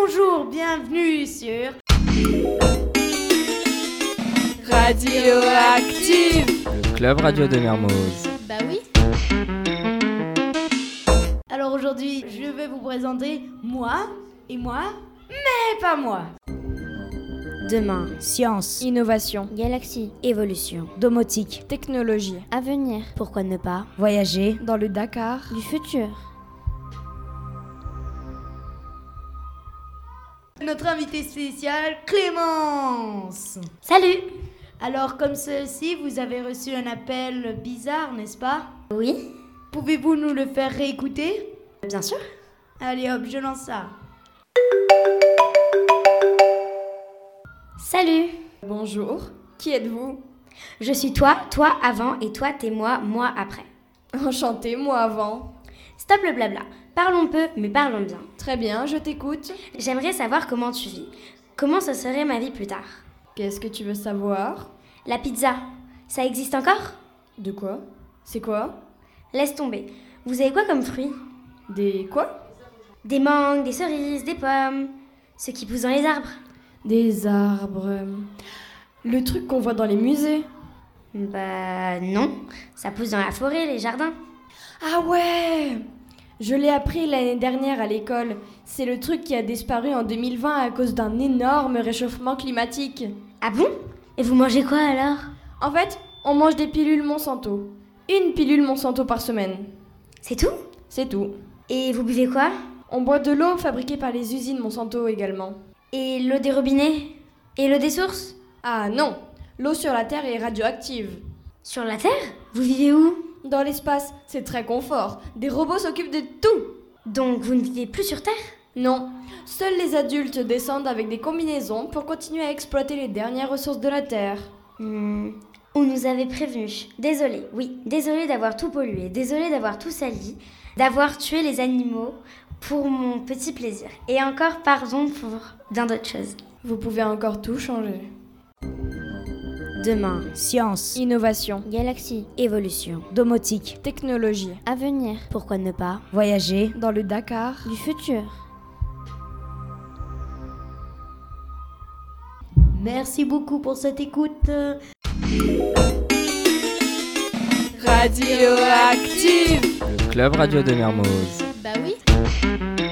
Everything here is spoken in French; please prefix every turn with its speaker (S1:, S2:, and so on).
S1: Bonjour, bienvenue sur
S2: Radioactive
S3: Le club radio de Mermoz.
S1: Bah oui. Alors aujourd'hui, je vais vous présenter moi et moi, mais pas moi.
S4: Demain, science,
S2: Innovation,
S4: galaxie, évolution, domotique,
S2: technologie,
S4: avenir. Pourquoi ne pas voyager
S2: dans le Dakar,
S4: du futur
S1: Notre invité spécial, Clémence.
S4: Salut
S1: Alors comme ceci, vous avez reçu un appel bizarre, n'est-ce pas
S4: Oui,
S1: Pouvez-vous nous le faire réécouter
S4: bien sûr.
S1: Allez hop, je lance ça.
S4: Salut
S2: bonjour, qui êtes-vous
S4: Je suis toi, toi avant et toi t'es moi, moi après.
S2: Enchanté, moi avant.
S4: Stop le blabla. Parlons peu, mais parlons bien.
S2: Très bien, je t'écoute.
S4: J'aimerais savoir comment tu vis. Comment ce serait ma vie plus tard
S2: Qu'est-ce que tu veux savoir
S4: La pizza, ça existe encore
S2: De quoi C'est quoi
S4: Laisse tomber. Vous avez quoi comme fruits
S2: Des quoi
S4: Des mangues, des cerises, des pommes. Ceux qui poussent dans les arbres.
S2: Des arbres. Le truc qu'on voit dans les musées.
S4: Bah non, ça pousse dans la forêt, les jardins.
S2: Ah ouais Je l'ai appris l'année dernière à l'école. C'est le truc qui a disparu en 2020 à cause d'un énorme réchauffement climatique.
S4: Ah bon Et vous mangez quoi alors
S2: En fait, on mange des pilules Monsanto. Une pilule Monsanto par semaine.
S4: C'est tout
S2: C'est tout.
S4: Et vous buvez quoi
S2: On boit de l'eau fabriquée par les usines Monsanto également.
S4: Et l'eau des robinets Et l'eau des sources
S2: Ah non L'eau sur la Terre est radioactive.
S4: Sur la Terre Vous vivez où
S2: Dans l'espace, c'est très confort. Des robots s'occupent de tout.
S4: Donc vous ne vivez plus sur Terre
S2: Non. Seuls les adultes descendent avec des combinaisons pour continuer à exploiter les dernières ressources de la Terre.
S4: Hmm. On nous avait prévenus. Désolé, oui, désolé d'avoir tout pollué, désolé d'avoir tout sali, d'avoir tué les animaux pour mon petit plaisir. Et encore pardon pour bien d'autres choses.
S2: Vous pouvez encore tout changer.
S5: Demain, science,
S2: Innovation,
S5: galaxie, évolution, domotique,
S2: technologie,
S5: avenir. Pourquoi ne pas voyager
S2: dans le Dakar.
S5: du futur
S1: Merci beaucoup pour cette écoute.
S2: Radioactive
S3: Le club radio de Mermoz.
S1: Bah oui.